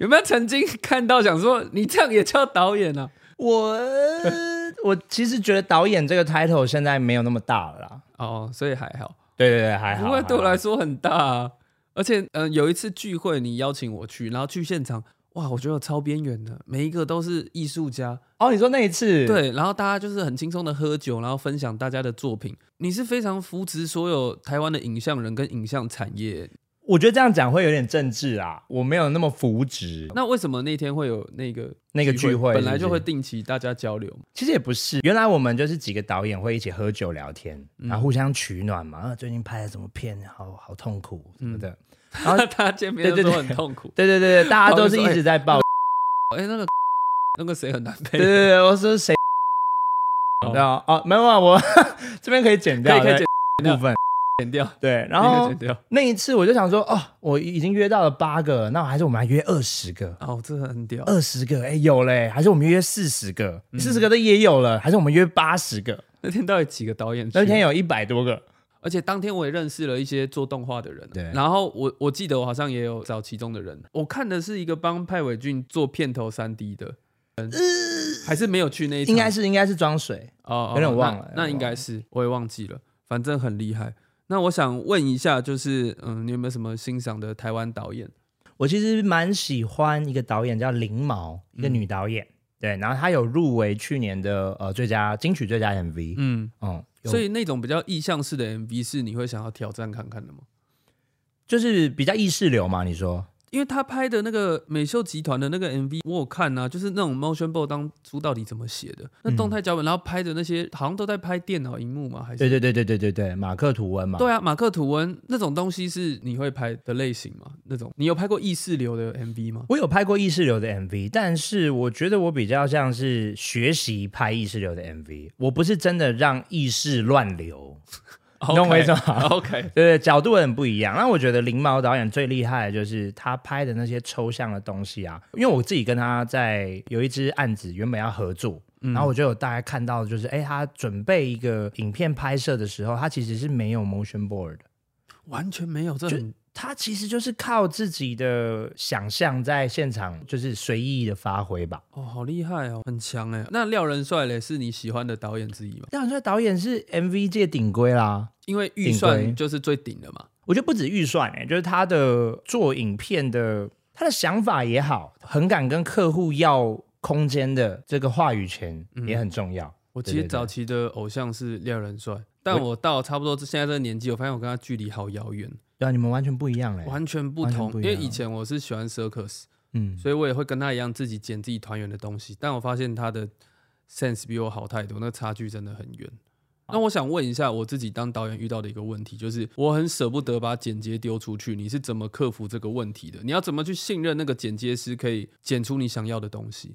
Speaker 2: 有没有曾经看到想说你这样也叫导演啊？
Speaker 1: 我 我其实觉得导演这个 title 现在没有那么大了啦。
Speaker 2: 哦，所以还好。
Speaker 1: 对对对，还好。
Speaker 2: 不会对我
Speaker 1: 还好
Speaker 2: 来说很大、啊。而且，嗯、有一次聚会，你邀请我去，然后去现场，哇，我觉得超边缘的，每一个都是艺术家，
Speaker 1: 哦，你说那一次，，
Speaker 2: 对，然后大家就是很轻松的喝酒，然后分享大家的作品。你是非常扶持所有台湾的影像人跟影像产业。
Speaker 1: 我觉得这样讲会有点政治啊，我没有那么扶植。
Speaker 2: 那为什么那天会有那个
Speaker 1: 那个聚会
Speaker 2: 本
Speaker 1: 是
Speaker 2: 来
Speaker 1: 不
Speaker 2: 就是会定期大家交流嘛？
Speaker 1: 其实也不是，原来我们就是几个导演会一起喝酒聊天，
Speaker 2: 嗯
Speaker 1: 然后互相取暖嘛。啊，最近拍了什么片，好好痛苦什么的。
Speaker 2: 嗯
Speaker 1: 然后
Speaker 2: 大家见面
Speaker 1: 对对
Speaker 2: 都
Speaker 1: 对
Speaker 2: 很痛苦。
Speaker 1: 对对对对，大家都是一直 在抱。
Speaker 2: 哎、那个那个谁很难
Speaker 1: 对
Speaker 2: 配
Speaker 1: 对对，对我说 谁？
Speaker 2: 哦
Speaker 1: 对啊，哦，没有啊，我 这边可以剪
Speaker 2: 可以
Speaker 1: 掉，
Speaker 2: 可以剪
Speaker 1: 对部分。
Speaker 2: 剪掉，
Speaker 1: 对，然
Speaker 2: 可以
Speaker 1: 后
Speaker 2: 剪掉。
Speaker 1: 那一次我就想说，哦，我已经约到了八个，那还是我们来约二十个。
Speaker 2: 哦，这个很屌。
Speaker 1: 二十个，哎、有嘞，还是我们约四十个，
Speaker 2: 嗯
Speaker 1: 四十个的也有了，还是我们约八十个，
Speaker 2: 那天到底几个导演去？
Speaker 1: 那天有一百多个，
Speaker 2: 而且当天我也认识了一些做动画的人，啊
Speaker 1: 对
Speaker 2: 然后我我记得我好像也有找其中的人，我看的是一个帮派伟俊做片头三 D 的，嗯，还是没有去那一场，
Speaker 1: 应该是应该是装水，
Speaker 2: 哦，
Speaker 1: 有点
Speaker 2: 哦
Speaker 1: 忘了
Speaker 2: 那，那
Speaker 1: 有点
Speaker 2: 应
Speaker 1: 忘
Speaker 2: 该
Speaker 1: 了
Speaker 2: 是我也忘记了，反正很厉害。那我想问一下，就是嗯，你有没有什么欣赏的台湾导演？
Speaker 1: 我其实蛮喜欢一个导演叫林毛，一个女导演，对，然后她有入围去年的呃最佳金曲最佳 MV，嗯
Speaker 2: 嗯，
Speaker 1: 有
Speaker 2: 所以那种比较意象式的 MV 是你会想要挑战看看的吗？
Speaker 1: 就是比较意识流嘛，你说
Speaker 2: 因为他拍的那个美秀集团的那个 MV，我有看啊，就是那种 motion b o 当初到底怎么写的，那动态脚本，然后拍的那些好像都在拍电脑荧幕嘛，还是
Speaker 1: 对对对对对对对，马克吐温嘛，
Speaker 2: 对啊，马克吐温那种东西是你会拍的类型吗？那种你有拍过意识流的 MV 吗？
Speaker 1: 我有拍过意识流的 MV，但是我觉得我比较像是学习拍意识流的 MV，我不是真的让意识乱流，你懂我意思吗
Speaker 2: OK，
Speaker 1: 对，角度很不一样。那我觉得林毛导演最厉害的就是他拍的那些抽象的东西啊，因为我自己跟他在有一支案子原本要合作。然后我就有大概看到，就是哎，他准备一个影片拍摄的时候，他其实是没有 motion board 的，
Speaker 2: 完全没有这
Speaker 1: 就
Speaker 2: 种
Speaker 1: 他其实就是靠自己的想象在现场就是随意的发挥吧。
Speaker 2: 哦，好厉害哦，很强哎。那廖仁帅嘞，是你喜欢的导演之一吗？
Speaker 1: 廖永帅导演是 MV 界顶规啦，
Speaker 2: 因为预
Speaker 1: 顶
Speaker 2: 算
Speaker 1: 规
Speaker 2: 就是最顶的嘛，
Speaker 1: 我觉得不止预算哎、就是他的做影片的他的想法也好，很敢跟客户要空间的这个话语权
Speaker 2: 嗯
Speaker 1: 也很重要。
Speaker 2: 我
Speaker 1: 对
Speaker 2: 其实
Speaker 1: 对对
Speaker 2: 早期的偶像是廖仁帅，但我到差不多现在这个年纪，我发现我跟他距离好遥远，
Speaker 1: 对啊，你们完全不一样哎、
Speaker 2: 完全不
Speaker 1: 完全
Speaker 2: 同。
Speaker 1: 不
Speaker 2: 因
Speaker 1: 一
Speaker 2: 为
Speaker 1: 样
Speaker 2: 以前我是喜欢 circus，
Speaker 1: 嗯，
Speaker 2: 所以我也会跟他一样自己剪自己团员的东西，但我发现他的 sense 比我好太多，那差距真的很远。那我想问一下，我自己当导演遇到的一个问题，就是我很舍不得把剪接丢出去，你是怎么克服这个问题的？你要怎么去信任那个剪接师可以剪出你想要的东西？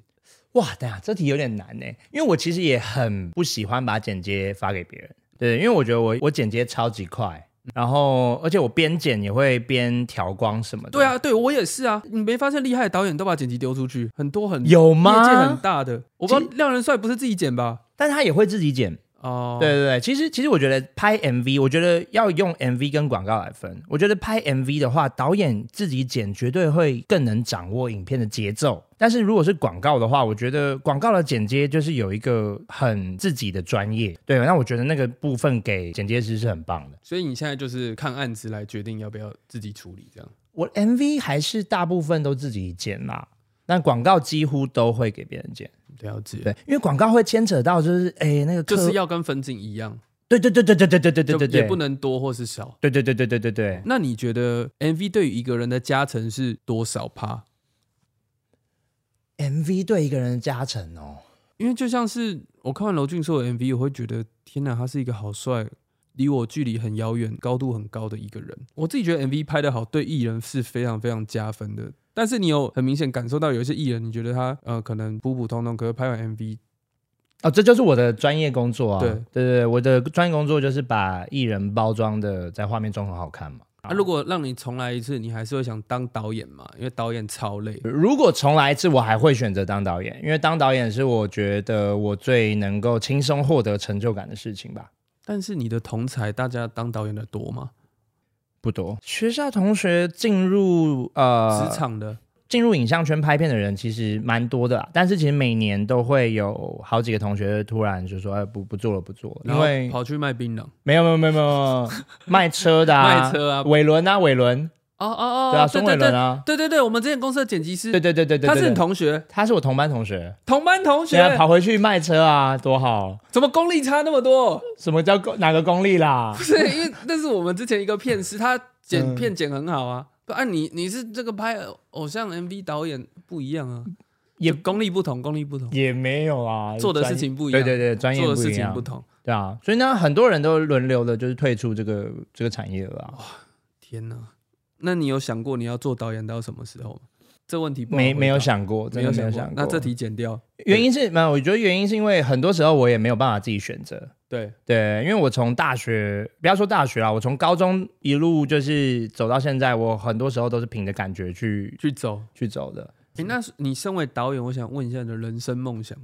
Speaker 1: 哇，等一下这题有点难哎、因为我其实也很不喜欢把剪接发给别人，对，因为我觉得我我剪接超级快。然后，而且我边剪也会边调光什么的。
Speaker 2: 对，啊，对我也是啊，你没发现厉害的导演都把剪辑丢出去，很多很
Speaker 1: 有
Speaker 2: 业界很
Speaker 1: 吗？
Speaker 2: 大的，我不知道
Speaker 1: 其
Speaker 2: 廖仁帅不是自己剪吧？
Speaker 1: 但他也会自己剪，
Speaker 2: 哦，
Speaker 1: 对对对，其实其实我觉得拍 MV，我觉得要用 MV 跟广告来分。我觉得拍 MV 的话，导演自己剪绝对会更能掌握影片的节奏。但是如果是广告的话，我觉得广告的剪接就是有一个很自己的专业。对，那我觉得那个部分给剪接师是很棒的。
Speaker 2: 所以你现在就是看案子来决定要不要自己处理，这样。
Speaker 1: 我 MV 还是大部分都自己剪啦，但广告几乎都会给别人剪。
Speaker 2: 了解，
Speaker 1: 对，因为广告会牵扯到就是哎那个客
Speaker 2: 就是要跟分镜一样，
Speaker 1: 对对对对对对对对对对
Speaker 2: 就
Speaker 1: 对，
Speaker 2: 也不能多或是少。
Speaker 1: 对对对对对对对。
Speaker 2: 那你觉得 MV 对于一个人的加成是多少趴？
Speaker 1: MV 对一个人的加成哦，
Speaker 2: 因为就像是我看完娄俊硕的 MV，我会觉得天哪，他是一个好帅，离我距离很遥远、高度很高的一个人。我自己觉得 MV 拍得好，对艺人是非常非常加分的。但是你有很明显感受到，有一些艺人，你觉得他呃可能普普通通，可是拍完 MV
Speaker 1: 哦，这就是我的专业工作啊。
Speaker 2: 对
Speaker 1: 对对对，我的专业工作就是把艺人包装的在画面中很好看嘛。
Speaker 2: 啊，如果让你重来一次，你还是会想当导演嘛？因为导演超累。
Speaker 1: 如果重来一次，我还会选择当导演，因为当导演是我觉得我最能够轻松获得成就感的事情吧。
Speaker 2: 但是你的同才，大家当导演的多吗？
Speaker 1: 不多，学校同学进入呃
Speaker 2: 职场的
Speaker 1: 进入影像圈拍片的人其实蛮多的啦，啊但是其实每年都会有好几个同学突然就说、哎、不不做了不做了，
Speaker 2: 然
Speaker 1: 因
Speaker 2: 后
Speaker 1: 为
Speaker 2: 跑去卖槟榔，
Speaker 1: 没有没有没有没有卖车的、啊、
Speaker 2: 卖车啊
Speaker 1: 尾轮啊尾轮，
Speaker 2: 哦哦哦，
Speaker 1: 对啊
Speaker 2: 对
Speaker 1: 双
Speaker 2: 对
Speaker 1: 尾轮
Speaker 2: 对，
Speaker 1: 啊，
Speaker 2: 对对对，我们之前公司的剪辑师，
Speaker 1: 对对对对对，
Speaker 2: 他是
Speaker 1: 对
Speaker 2: 你同学，
Speaker 1: 他是我同班同学，
Speaker 2: 同班同
Speaker 1: 现在
Speaker 2: 学，
Speaker 1: 跑回去卖车啊，多好！
Speaker 2: 怎么功力差那么多？
Speaker 1: 什么叫功哪个功力啦
Speaker 2: 不？是因为那是我们之前一个片师，他剪
Speaker 1: 嗯
Speaker 2: 片剪很好啊。不啊，你你是这个拍偶像 MV 导演不一样啊，
Speaker 1: 也
Speaker 2: 就功力不同，功力不同，
Speaker 1: 也没有啊，
Speaker 2: 做的
Speaker 1: 专
Speaker 2: 事情不一样，
Speaker 1: 对对对，专业
Speaker 2: 做的
Speaker 1: 不
Speaker 2: 事
Speaker 1: 一
Speaker 2: 情
Speaker 1: 样
Speaker 2: 不，同。
Speaker 1: 对啊，所以呢，很多人都轮流的，就是退出这个这个产业了啊。
Speaker 2: 天哪，那你有想过你要做导演到什么时候吗？这问题不好
Speaker 1: 没
Speaker 2: 回答
Speaker 1: 没有想过，
Speaker 2: 没
Speaker 1: 真
Speaker 2: 有
Speaker 1: 的没有
Speaker 2: 过
Speaker 1: 想过。
Speaker 2: 那这题剪掉。
Speaker 1: 原因是没有，我觉得原因是因为很多时候我也没有办法自己选择，
Speaker 2: 对，
Speaker 1: 对，因为我从大学，不要说大学啦，我从高中一路就是走到现在，我很多时候都是凭着感觉去
Speaker 2: 去走。
Speaker 1: 去走的。
Speaker 2: 诶那你身为导演，我想问一下你的人生梦想，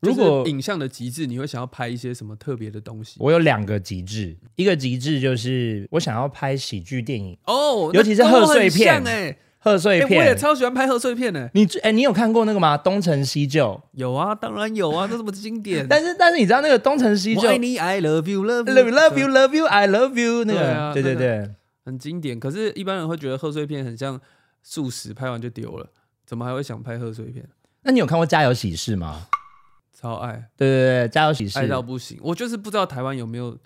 Speaker 1: 如果
Speaker 2: 就是影像的极致，你会想要拍一些什么特别的东西？
Speaker 1: 我有两个极致，一个极致就是我想要拍喜剧电影，
Speaker 2: 哦，
Speaker 1: 尤其是贺岁片
Speaker 2: 哎，
Speaker 1: 贺岁
Speaker 2: 哎，我也
Speaker 1: 片。
Speaker 2: 超喜欢拍贺岁片哎，
Speaker 1: 你最哎、你有看过那个吗？东成西就。
Speaker 2: 有啊，当然有啊，这什么经典？
Speaker 1: 但是但是你知道那个东成西就
Speaker 2: 我爱你，I love you，love
Speaker 1: ，love love you love you I love you 那
Speaker 2: 对
Speaker 1: 个，
Speaker 2: 啊
Speaker 1: 对对
Speaker 2: 那个
Speaker 1: 对，
Speaker 2: 很经典。可是，一般人会觉得贺岁片很像素食，拍完就丢了，怎么还会想拍贺岁片？
Speaker 1: 那你有看过《家有喜事》吗？
Speaker 2: 超爱，
Speaker 1: 对对对，《家有喜事
Speaker 2: 爱》到不行。我就是不知道台湾有没有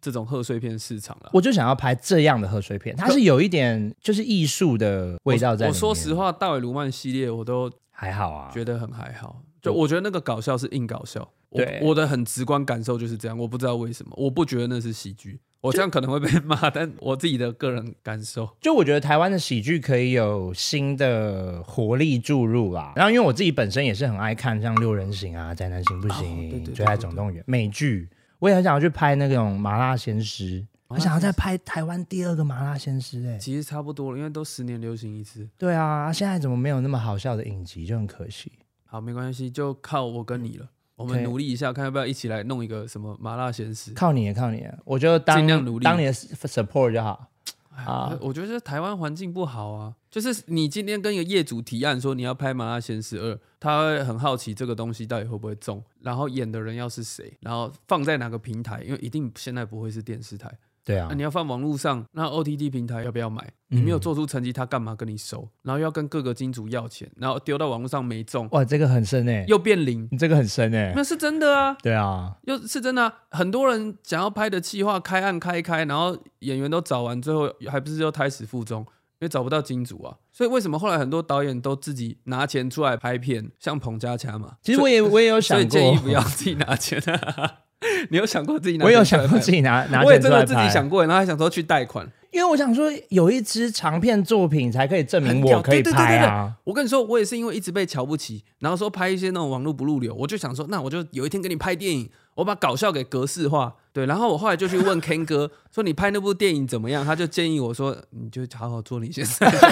Speaker 2: 这种贺岁片市场了。
Speaker 1: 我就想要拍这样的贺岁片，它是有一点就是艺术的味道在
Speaker 2: 我
Speaker 1: 里面
Speaker 2: 说实话，大尾卢曼系列我都
Speaker 1: 还好啊，
Speaker 2: 觉得很还好，就我觉得那个搞笑是硬搞笑。我
Speaker 1: 对
Speaker 2: 我的很直观感受就是这样，我不知道为什么，我不觉得那是喜剧。我这样可能会被骂，但我自己的个人感受，
Speaker 1: 就我觉得台湾的喜剧可以有新的活力注入啦。然后因为我自己本身也是很爱看像《六人行》啊，《宅男行不行》
Speaker 2: 哦对对对
Speaker 1: 最爱总动员》美剧，我也很想要去拍那种麻辣鲜师，啊很哦想要再拍台湾第二个麻辣鲜师哎、
Speaker 2: 其实差不多了，因为都十年流行一次。
Speaker 1: 对啊，现在怎么没有那么好笑的影集，就很可惜。
Speaker 2: 好，没关系，就靠我跟你了。我们
Speaker 1: OK
Speaker 2: 努力一下，看要不要一起来弄一个什么麻辣鲜师。
Speaker 1: 靠你了，靠你了，我就当
Speaker 2: 尽量努力
Speaker 1: 当你的 support 就好。啊
Speaker 2: 啊，我觉得台湾环境不好啊，就是你今天跟一个业主提案说你要拍《麻辣鲜师二》，他会很好奇这个东西到底会不会中，然后演的人要是谁，然后放在哪个平台，因为一定现在不会是电视台，
Speaker 1: 对
Speaker 2: 那、
Speaker 1: 啊，
Speaker 2: 你要放网络上，那 OTT 平台要不要买？你没有做出成绩，他干嘛跟你收？然后又要跟各个金主要钱，然后丢到网络上没中，
Speaker 1: 哇，这个很深哎、
Speaker 2: 又变零，
Speaker 1: 你这个很深哎、
Speaker 2: 啊那是真的啊。
Speaker 1: 对啊，
Speaker 2: 又是真的啊、很多人想要拍的企划开案开一开，然后演员都找完，最后还不是又胎死腹中，因为找不到金主啊。所以为什么后来很多导演都自己拿钱出来拍片，像彭佳佳嘛？
Speaker 1: 其实我也我也有
Speaker 2: 所以所以
Speaker 1: 想过，
Speaker 2: 建议不要自己拿钱、啊。 你有想过自己拿？
Speaker 1: 我有想过自，己拿拿
Speaker 2: 我也
Speaker 1: 钱出
Speaker 2: 真
Speaker 1: 来
Speaker 2: 的自己
Speaker 1: 拍。
Speaker 2: 想过，然后还想说去贷款。
Speaker 1: 因为我想说，有一支长片作品才可以证明
Speaker 2: 很屌
Speaker 1: 我可以
Speaker 2: 对对对
Speaker 1: 拍啊。
Speaker 2: 我跟你说，我也是因为一直被瞧不起，然后说拍一些那种网络不入流，我就想说，那我就有一天给你拍电影，我把搞笑给格式化。对，然后我后来就去问 Ken 哥说你拍那部电影怎么样，他就建议我说你就好好做你现在就好。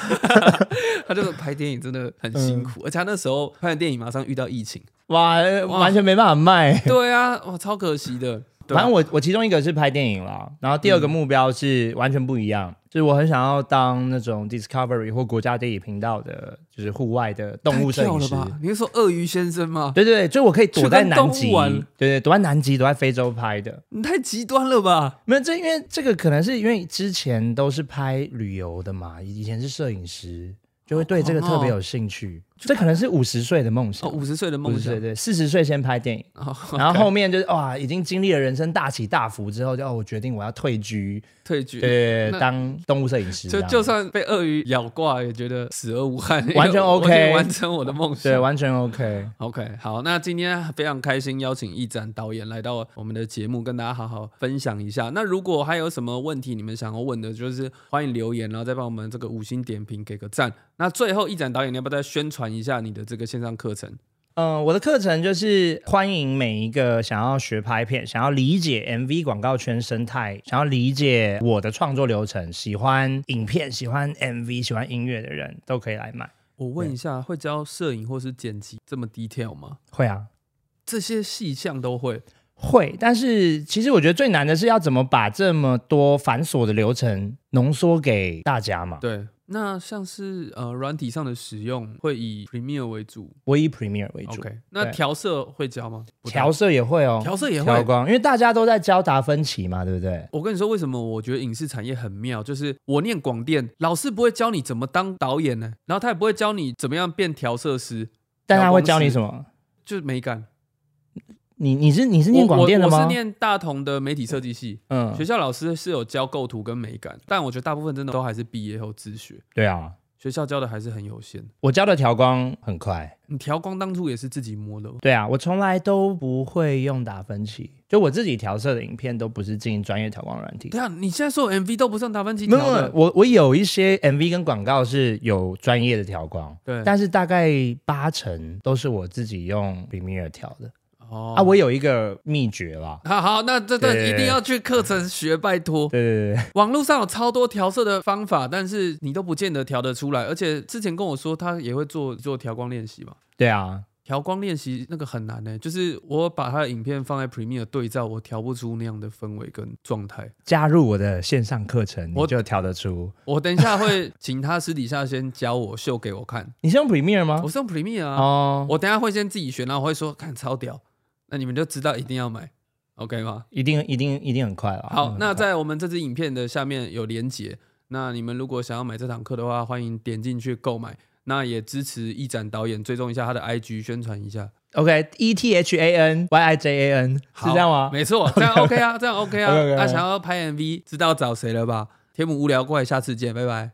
Speaker 2: 他就说拍电影真的很
Speaker 1: 嗯
Speaker 2: 辛苦，而且他那时候拍完电影马上遇到疫情，
Speaker 1: 哇，呃完全没办法卖。
Speaker 2: 对啊，哇，超可惜的。对
Speaker 1: 反
Speaker 2: 啊嗯
Speaker 1: 正我我其中一个是拍电影啦，然后第二个目标是完全不一样，就是我很想要当那种 Discovery 或国家地理频道的，就是户外的动物摄
Speaker 2: 太跳
Speaker 1: 影
Speaker 2: 了
Speaker 1: 师。
Speaker 2: 吧？你是说鳄鱼先生吗？
Speaker 1: 对对对，就我可以躲在
Speaker 2: 去跟动
Speaker 1: 南
Speaker 2: 物
Speaker 1: 极，
Speaker 2: 玩
Speaker 1: 对对，躲在南极，躲在非洲拍的。
Speaker 2: 你太极端了吧？
Speaker 1: 没有，这因为这个可能是因为之前都是拍旅游的嘛，以以前是摄影师，就会对这个特别有兴趣。这可能是五十岁的梦想
Speaker 2: 哦，，五十岁的
Speaker 1: 五
Speaker 2: 梦
Speaker 1: 十
Speaker 2: 想
Speaker 1: 岁，对，四十岁先拍电影，
Speaker 2: 哦
Speaker 1: 然后后面就是哇，已经经历了人生大起大伏之后，就哦，我决定我要退居，
Speaker 2: 退居。
Speaker 1: 对，
Speaker 2: 那
Speaker 1: 当动物摄影师这
Speaker 2: 就
Speaker 1: 样，
Speaker 2: 就算被鳄鱼咬挂，也觉得死而无憾，
Speaker 1: 完全 OK
Speaker 2: 我可以完成我的梦
Speaker 1: 对，
Speaker 2: 想。
Speaker 1: 完全 OK。
Speaker 2: OK，好，那今天非常开心邀请一展导演来到我们的节目，跟大家好好分享一下。那如果还有什么问题你们想要问的，就是欢迎留言，然后再帮我们这个五星点评，给个赞。那最后一展导演，你要不要再宣传一下你的这个线上课程？
Speaker 1: 嗯，我的课程就是欢迎每一个想要学拍片、想要理解 MV 广告圈生态、想要理解我的创作流程、喜欢影片、喜欢 MV、喜欢音乐的人都可以来买。
Speaker 2: 我问一下，会教摄影或是剪辑这么 detail 吗？
Speaker 1: 会啊，
Speaker 2: 这些细项都会，
Speaker 1: 会。但是其实我觉得最难的是要怎么把这么多繁琐的流程浓缩给大家嘛。
Speaker 2: 对。那像是呃软体上的使用，会以 Premiere 为主，
Speaker 1: 我以 Premiere 为主
Speaker 2: OK，那
Speaker 1: 对
Speaker 2: 调色会教吗？不太
Speaker 1: 调色也会哦，
Speaker 2: 调色也
Speaker 1: 调
Speaker 2: 会。
Speaker 1: 光，因为大家都在教达芬奇嘛，对不对？
Speaker 2: 我跟你说，为什么我觉得影视产业很妙，就是我念广电，老师不会教你怎么当导演呢，然后他也不会教你怎么样变调色师，
Speaker 1: 但他会
Speaker 2: 调
Speaker 1: 教
Speaker 2: 光
Speaker 1: 你
Speaker 2: 师
Speaker 1: 什么？
Speaker 2: 就是美感。
Speaker 1: 你你是你是念
Speaker 2: 我
Speaker 1: 广电的
Speaker 2: 我
Speaker 1: 吗？
Speaker 2: 我是念大同的媒体设计系，
Speaker 1: 嗯
Speaker 2: 学，校老师是有教构图跟美感，但我觉得大部分真的都还是毕业后自学，
Speaker 1: 对啊。
Speaker 2: 学校教的还是很有限。
Speaker 1: 我教的调光很快，
Speaker 2: 你调光当初也是自己摸的哦，
Speaker 1: 对啊，我从来都不会用达芬奇，就我自己调色的影片都不是进专业调光软体。
Speaker 2: 对啊，你现在所有 MV 都不是用达芬奇
Speaker 1: 没
Speaker 2: 调
Speaker 1: 有，没有
Speaker 2: 的，
Speaker 1: 我我有一些 MV 跟广告是有专业的调光，
Speaker 2: 对，
Speaker 1: 但是大概八成都是我自己用 Premiere 调的、
Speaker 2: 哦
Speaker 1: 啊。我有一个秘诀啦，
Speaker 2: 好好，那这
Speaker 1: 对
Speaker 2: 这一定要去课程学，拜托。
Speaker 1: 对对对对，
Speaker 2: 网络上有超多调色的方法，但是你都不见得调得出来。而且之前跟我说他也会做做调光练习嘛，
Speaker 1: 对啊，
Speaker 2: 调光练习那个很难呢、就是我把他的影片放在 Premiere 对照，我调不出那样的氛围跟状态。
Speaker 1: 加入我的线上课程，
Speaker 2: 我
Speaker 1: 你就调得出。
Speaker 2: 我等一下会请他私底下先教我秀给我看，
Speaker 1: 你是用 Premiere 吗
Speaker 2: 我？是用 Premiere 啊，
Speaker 1: 哦，
Speaker 2: 我等一下会先自己学，然后我会说看超屌，那你们就知道一定要买，OK 吗？
Speaker 1: 一定一定一定很快了。
Speaker 2: 好，
Speaker 1: 嗯
Speaker 2: 那在我们这支影片的下面有连结，那你们如果想要买这堂课的话，欢迎点进去购买。那也支持一展导演，追踪一下他的 IG，宣传一下，
Speaker 1: OK，E T H A N Y I J A N 是
Speaker 2: 好
Speaker 1: 这样吗？
Speaker 2: 没错， 这样 OK 啊，这样 OK 啊。
Speaker 1: OK，OK，OK
Speaker 2: 那想要拍 MV，知道找谁了吧？天母无聊怪，下次见，拜拜。